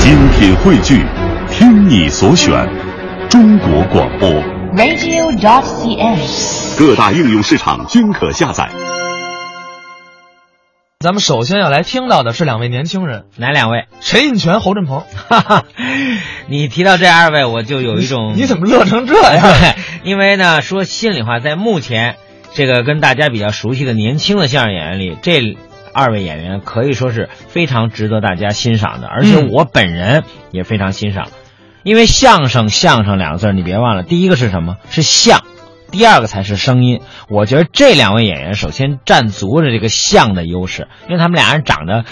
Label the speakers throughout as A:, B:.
A: 精品汇聚，听你所选，中国广播。
B: radio.cn。
A: 各大应用市场均可下载。
C: 咱们首先要来听到的是两位年轻人，
D: 哪两位？
C: 陈印泉、侯振 鹏。
D: 哈哈，你提到这二位，我就有一种
C: 你怎么乐成这样？
D: 对， 因为呢，说心里话，在目前这个跟大家比较熟悉的年轻的相声演员里，这二位演员可以说是非常值得大家欣赏的，而且
C: 嗯
D: 我本人也非常欣赏，因为相声“相声”两个字儿，你别忘了，第一个是什么？是相。第二个才是声音，我觉得这两位演员首先占足了这个相的优势，因为他们俩人长得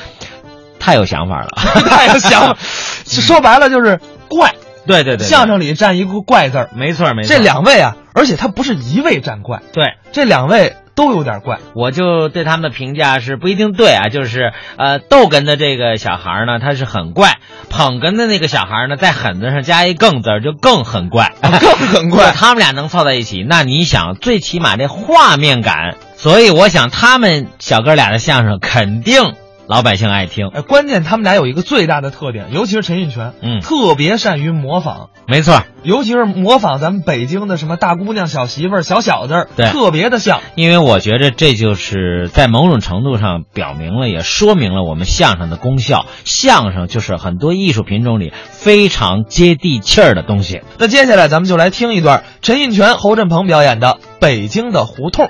D: 太有想法了，
C: 太有 想法，哎说白了就是怪。
D: 嗯对对对，
C: 相声里占一个怪字儿，
D: 没错没错，
C: 这两位啊，而且他不是一位占怪，
D: 对，
C: 这两位都有点怪。
D: 我就对他们的评价是不一定对啊，就是呃，逗哏的这个小孩儿呢，他是很怪；捧哏的那个小孩儿呢，在狠字上加一更字儿，就更很怪，
C: 哦更很怪
D: 对他们俩能凑在一起，那你想，最起码这画面感，所以我想他们小哥俩的相声肯定老百姓爱听。
C: 呃，关键他们俩有一个最大的特点，尤其是陈印泉，
D: 嗯
C: 特别善于模仿，
D: 没错儿，
C: 尤其是模仿咱们北京的什么大姑娘、小媳妇儿、小小子儿，
D: 对
C: 特别的像。
D: 因为我觉着这就是在某种程度上表明了，也说明了我们相声的功效。相声就是很多艺术品种里非常接地气儿的东西。
C: 那接下来咱们就来听一段陈印泉、侯振鹏表演的《北京的胡同》。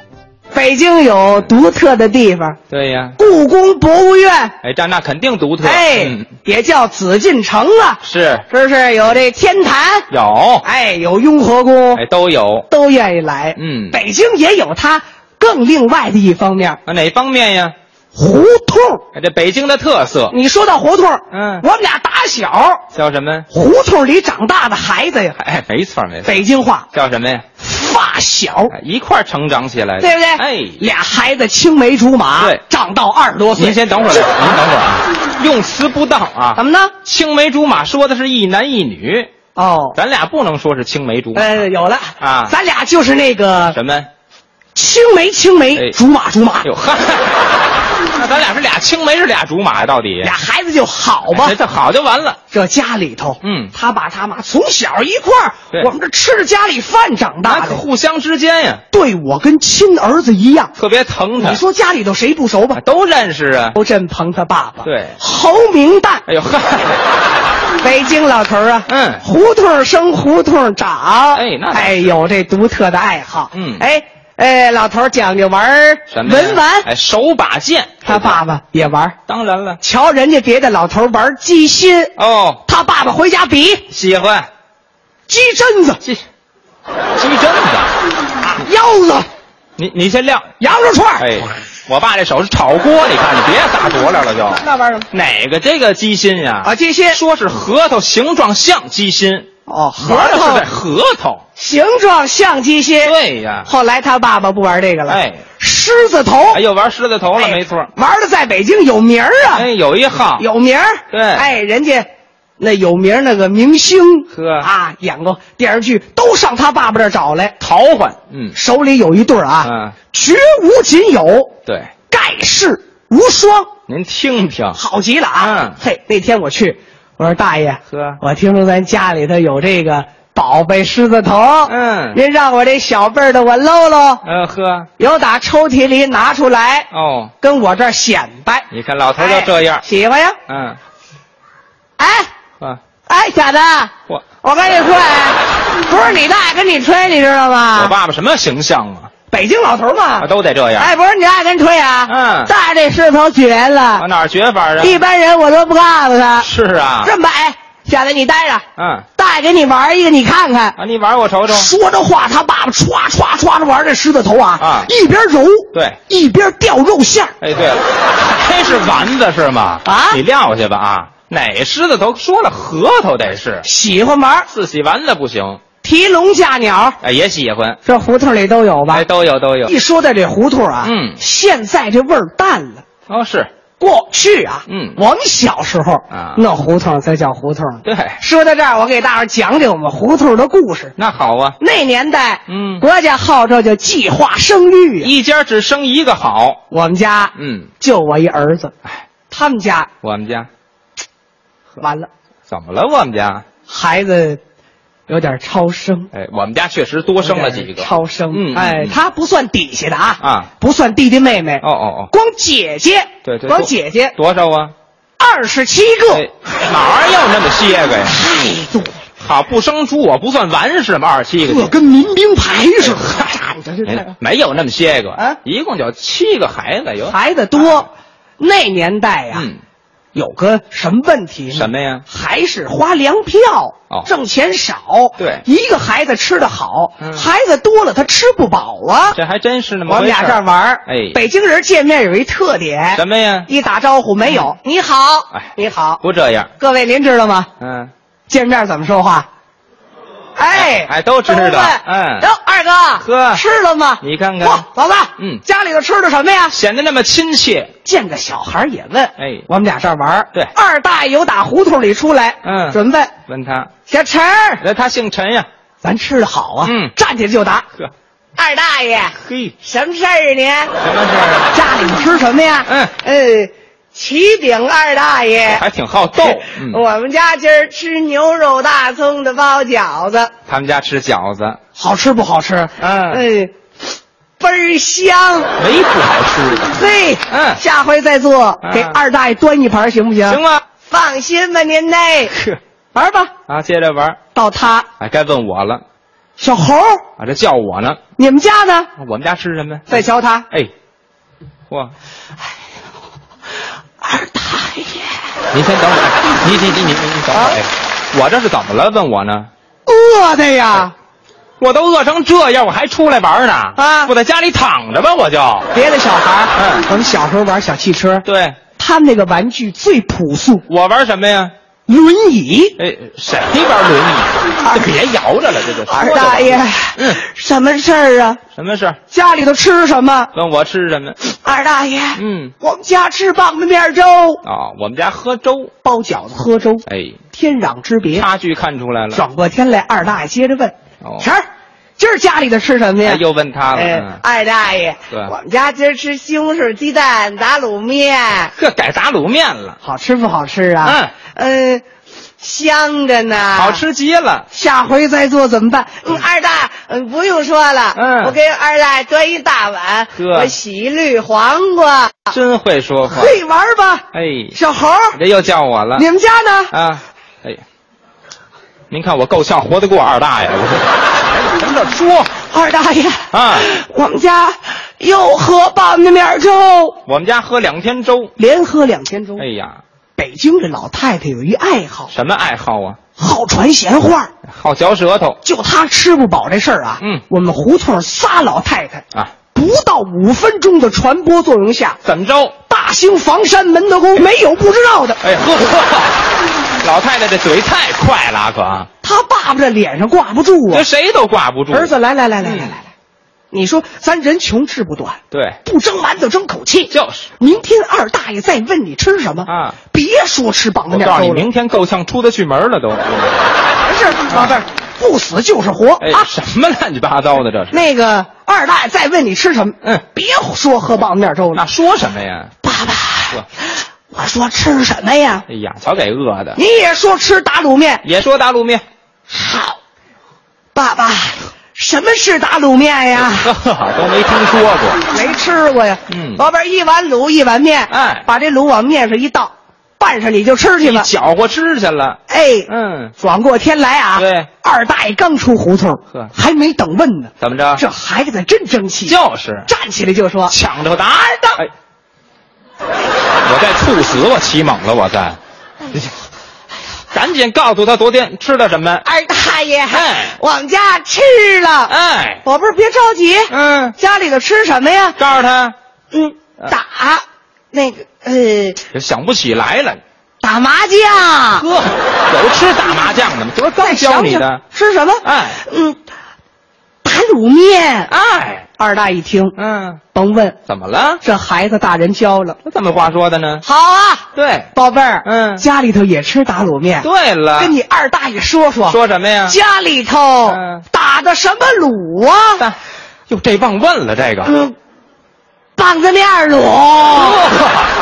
E: 北京有独特的地方，
F: 对呀，
E: 故宫博物院，
F: 哎，这那肯定独特。
E: 哎，
F: 嗯
E: 也叫紫禁城啊，
F: 是
E: 是不是？有这天坛，
F: 有，
E: 哎，有雍和
F: 嗯
E: 宫，
F: 哎，都有。
E: 都愿意来。
F: 嗯
E: 北京也有它更另外的一方面，
F: 那哪方面呀？
E: 胡同。
F: 哎，这北京的特色
E: 你说到胡同，
F: 嗯
E: 我们俩打小
F: 叫什么？
E: 胡同里长大的孩子呀，
F: 哎，没错没错，
E: 北京话
F: 叫什么呀？
E: 发小，
F: 哎一块儿成长起来的，
E: 对不对？
F: 哎，
E: 俩孩子青梅竹马，
F: 对
E: 长到二十多岁。
F: 您先等会儿，您等会儿啊，用词不当啊。
E: 怎么呢？
F: 青梅竹马说的是一男一女，
E: 哦，
F: 咱俩不能说是青梅竹马。
E: 呃，有了
F: 啊
E: 咱俩就是那个
F: 什么？
E: 青梅青梅，
F: 哎
E: 竹马竹马，
F: 哟 嗨，那咱俩是俩青梅是俩竹马呀？到底？
E: 俩孩子就好吧
F: 哎。这好就完了。
E: 这家里头，
F: 嗯
E: 他爸他妈从小一块儿
F: 对，
E: 我们这吃着家里饭长
F: 那
E: 大
F: 可
E: 的，
F: 互相之间呀，
E: 对我跟亲儿子一样。
F: 特别疼他。
E: 你说家里头谁不熟吧
F: 啊？都认识啊。
E: 侯振鹏他爸爸，
F: 对
E: 侯明旦，
F: 哎呦呵，
E: 北京老头儿啊，
F: 嗯
E: 胡同生胡同长，
F: 哎那倒是
E: 哎有这独特的爱好，
F: 嗯
E: 哎哎，老头儿讲究玩儿
F: 什么呀
E: 文玩，
F: 哎，手把剑，
E: 他爸爸也玩儿，
F: 当然了。
E: 瞧人家别的老头儿玩儿鸡心，
F: 哦，
E: 他爸爸回家比
F: 喜欢
E: 鸡胗子、
F: 鸡，鸡胗子，
E: 腰子、
F: 你你先晾。
E: 羊肉串儿，
F: 哎，我爸这手是炒锅，你看你别撒佐料了就。
E: 那玩意儿
F: 哪个这个鸡心呀？
E: 啊，，鸡心
F: 说是核桃形状像鸡心，
E: 哦，核
F: 玩的是
E: 桃
F: 这核桃。
E: 形状像鸡心。
F: 对呀，
E: 后来他爸爸不玩这个了，
F: 哎，
E: 狮子头，
F: 哎，又玩狮子头了，
E: 哎
F: 没错。
E: 玩的在北京有名儿啊，
F: 哎，有一号，
E: 有名儿。
F: 对
E: 哎，人家那有名儿那个明星，
F: 呵
E: 啊，演过电视剧，都上他爸爸这儿找来。
F: 桃花，嗯
E: 手里有一对儿啊，
F: 嗯，
E: 绝无仅有，
F: 对，
E: 盖世无双。
F: 您听听，
E: 好极了啊！
F: 嗯
E: 嘿，那天我去，我说大爷，
F: 呵
E: 我听说咱家里头有这个宝贝狮子头，
F: 嗯
E: 您让我这小辈儿的我搂搂，
F: 呃呵，
E: 有打抽屉里拿出来，
F: 哦，
E: 跟我这儿显摆。
F: 你看老头就这样
E: 哎，喜欢呀？
F: 嗯，
E: 哎
F: 啊，
E: 哎，小子，
F: 我
E: 我跟你说，哎，不是你大爷跟你吹，你知道
F: 我
E: 吗？
F: 爸爸什么形象啊？
E: 北京老头嘛，
F: 啊，都得这样。
E: 哎，不是你大爷跟你吹啊，
F: 嗯
E: 大爷这狮子头绝了
F: 啊，，哪儿学法啊？
E: 一般人我都不告诉他。
F: 是啊，
E: 这么办，哎，小子你待着。
F: 嗯
E: 大爷给你玩一个，你看看。
F: 啊，你玩我瞅瞅。
E: 说着话，他爸爸歘歘歘的玩这狮子头啊，
F: 啊
E: 一边揉，
F: 对，
E: 一边掉肉馅儿。
F: 哎，对了， 这是丸子是吗？
E: 啊
F: 你撂下吧啊！哪狮子头说了核桃得是
E: 喜欢玩
F: 四喜丸子不行，
E: 提笼架鸟，
F: 哎，也喜欢，
E: 这胡同里都有吧？
F: 哎，都有都有。
E: 一说到这胡同啊，
F: 嗯
E: 现在这味儿淡了。
F: 哦，是
E: 过去啊，
F: 嗯
E: 我们小时候
F: 啊
E: 那胡同才叫胡同。
F: 对，
E: 说到这儿，我给大伙儿讲讲我们胡同的故事。
F: 那好啊，
E: 那年代，
F: 嗯
E: 国家号召叫计划生育啊，
F: 一家只生一个好。
E: 我们家
F: 嗯，哎
E: 就我一儿子，他们家
F: 我们家
E: 完了，
F: 怎么了？我们家，
E: 孩子有点超生，
F: 哎，我们家确实多生了几
E: 有
F: 个
E: 点超生。
F: 嗯，嗯
E: 哎，
F: 嗯
E: 他不算底下的啊，
F: 啊，
E: 不算弟弟妹妹，
F: 哦哦哦，
E: 光姐姐，
F: 对对，
E: 光
F: 多
E: 姐姐
F: 多少啊？
E: 二十七
F: 哎
E: 个，，
F: 哪儿有那么些个呀？
E: 太多了，
F: 好，不生出我不算完是吗？二十七个
E: 这
F: 去，
E: 跟民兵排
F: 哎
E: 似的。嗨，你这是
F: 没没有那么些个
E: 啊
F: 一共就七个孩子，有
E: 孩子多，那年代呀，
F: 嗯
E: 有个什么问题呢？
F: 什么呀？
E: 还是花粮票，
F: 哦
E: 挣钱少。
F: 对
E: 一个孩子吃得好，
F: 嗯
E: 孩子多了他吃不饱啊。
F: 这还真是那
E: 我
F: 么
E: 们
F: 回事
E: 俩这儿玩儿
F: 哎
E: 北京人见面有一特点，
F: 什么呀？
E: 一打招呼没有、你好，
F: 哎
E: 你好，
F: 不这样，
E: 各位您知道吗？
F: 嗯，
E: 见面怎么说话？哎
F: 哎都知道
E: 问
F: 嗯
E: 哟，二哥，
F: 呵
E: 吃了吗？
F: 你看看
E: 嚯老子，
F: 嗯
E: 家里头吃的什么呀？
F: 显得那么亲切。
E: 见个小孩儿也问，
F: 哎
E: 我们俩这儿玩儿
F: 对
E: 二大爷由打胡同里出来，
F: 嗯
E: 准备
F: 问他，
E: 小陈儿，
F: 那他姓陈呀？
E: 咱吃的好啊，
F: 嗯
E: 站起来就打，
F: 呵，
E: 二大爷，
F: 嘿，
E: 什么事儿啊您？
F: 什么事儿啊？
E: 家里吃什么呀？
F: 嗯
E: 呃，启禀二大爷，
F: 还挺好斗。嗯，
E: 我们家今儿吃牛肉大葱的包饺子，
F: 他们家吃饺子
E: 好吃不好吃？
F: 嗯
E: 哎，倍儿香。
F: 没不好吃的，
E: 嘿，
F: 嗯
E: 下回再做，
F: 嗯
E: 给二大爷端一盘行不行？
F: 行啊吗？
E: 放心吧，您呢？
F: 哎 呵，
E: 玩吧，
F: 啊，接着玩儿。
E: 到他
F: 哎，该问我了
E: 小猴，
F: 啊，这叫我呢。
E: 你们家呢？
F: 我们家吃什么呀？
E: 再瞧他
F: 哎，嚯，
E: 二大爷，
F: 您先等我，你你你你你等我。
E: 啊
F: 哎，我这是怎么了？问我呢？
E: 饿的呀，
F: 我都饿成这样，我还出来玩呢？
E: 啊
F: 我在家里躺着吧，我就。
E: 别的小孩儿，
F: 嗯
E: 我们小时候玩小汽车，
F: 对，
E: 他们那个玩具最朴素，
F: 我玩什么呀？
E: 轮椅。
F: 哎，谁玩轮椅？这别摇着了，这就
E: 二哎大爷，
F: 嗯，
E: 什么事儿啊？
F: 什么事儿？
E: 家里头吃什么？
F: 问我吃什么？
E: 二大爷，
F: 嗯，
E: 我们家吃棒子面粥，
F: 啊、我们家喝粥。
E: 包饺子嗯喝粥，
F: 哎，
E: 天壤之别。
F: 差距看出来了。
E: 转过天来，二大爷接着问
F: 哦：“
E: 陈儿，今儿家里头吃什么呀
F: 哎，？”又问他了。
E: 哎
F: 嗯，
E: 二大爷，
F: 对
E: 我们家今儿吃西红柿鸡蛋打卤面，
F: 呵，改打卤面了，
E: 好吃不好吃啊？嗯，呃，香着呢，
F: 好。吃极了。
E: 下回再做怎么办？嗯，二大，嗯，不用说了，
F: 嗯
E: 我给二大爷端一大碗，
F: 呵
E: 我洗一绿黄瓜，
F: 真会说话。
E: 啊嘿，玩儿吧，
F: 哎，
E: 小猴儿，
F: 这又叫我了
E: 你们家呢？
F: 啊！哎，您看我够呛活得过二大爷，我哎这什么叫说？
E: 二大爷
F: 啊
E: 我们家又喝棒子面粥，
F: 我们家喝两天粥。
E: 连喝两天粥。
F: 哎呀，
E: 北京这老太太有一爱好，
F: 什么爱好啊？
E: 好传闲话。
F: 好嚼舌头
E: 就她吃不饱这事儿啊，
F: 嗯
E: 我们胡同仨老太太，
F: 啊？
E: 不到五分钟的传播作用下，
F: 怎么着？
E: 大兴房山门头沟没有不知道的。
F: 哎呵呵，老太太这嘴太快了啊，可啊
E: 她爸爸这脸上挂不住啊
F: 这！谁都挂不住。
E: 儿子，，来来来来来
F: 嗯
E: 来来，你说咱人穷志不短，
F: 对，
E: 不争馒头争口气。
F: 就是。
E: 明天二大爷再问你吃什么
F: 啊
E: 别说吃棒子
F: 我
E: 面
F: 告诉你，
E: 粥了，
F: 明天够呛出得去门了都。
E: 完事儿老伴儿不死就是活、
F: 哎
E: 啊，！
F: 什么乱七八糟的这是？
E: 那个二大爷再问你吃什么，
F: 嗯，
E: 别说喝棒子面粥
F: 那
E: 了。
F: 说什么呀？
E: 爸
F: 呵
E: 爸，我说吃什么呀？
F: 哎呀，瞧给饿的
E: 你。也说吃打卤面，
F: 也说打卤面，
E: 好。爸爸，什么是打卤面 呀？
F: 呵呵，都没听说过。
E: 没吃过呀。
F: 嗯
E: 老伴儿一碗卤一碗面，
F: 哎
E: 把这卤往面上一倒，拌上你就吃去
F: 你
E: 吧。
F: 搅和吃去了。
E: 哎，
F: 嗯，
E: 转过天来啊，
F: 对
E: 二大爷刚出胡同
F: 呵，
E: 还没等问呢，
F: 怎么着？
E: 这孩子真争气，
F: 啊就是
E: 站起来就说
F: 抢着答的。哎，我再猝死，我起猛了，我再。赶紧告诉他昨天吃的什么：“。
E: 二大爷，
F: 哎
E: 我们家吃了。
F: 哎，
E: 宝贝儿，别着急，
F: 嗯，
E: 家里头吃什么呀？
F: 告诉他，
E: 嗯，
F: 呃
E: 打那个呃，
F: 这想不起来了。
E: 打麻将。
F: 呵，有吃打麻将的吗？这不刚
E: 再
F: 教
E: 想
F: 你
E: 想
F: 的。
E: 吃什么？
F: 哎
E: 嗯，打卤面。
F: 哎，
E: 二大一听，
F: 嗯，
E: 甭问，
F: 怎么了？
E: 这孩子大人教了。
F: 这怎么话说的呢？
E: 好啊，
F: 对，
E: 宝贝儿，
F: 嗯
E: 家里头也吃打卤面。
F: 对了，
E: 哎跟你二大爷说说，
F: 说什么呀？
E: 家里头
F: 嗯
E: 打的什么卤啊？嗯
F: 蛋，哟，这忘问了这个。
E: 嗯，棒子面卤。
F: 哦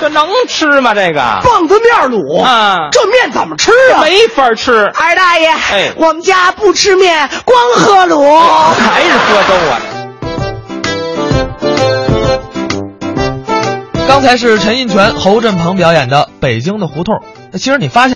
D: 这能吃吗？这个
E: 棒子面卤
D: 啊
E: 这面怎么吃啊？
D: 没法吃，
E: 二大爷，
D: 哎
E: 我们家不吃面，光喝卤。
D: 还是喝粥啊？
F: 刚才是陈印泉、侯振鹏表演的《北京的胡同》。其实你发现。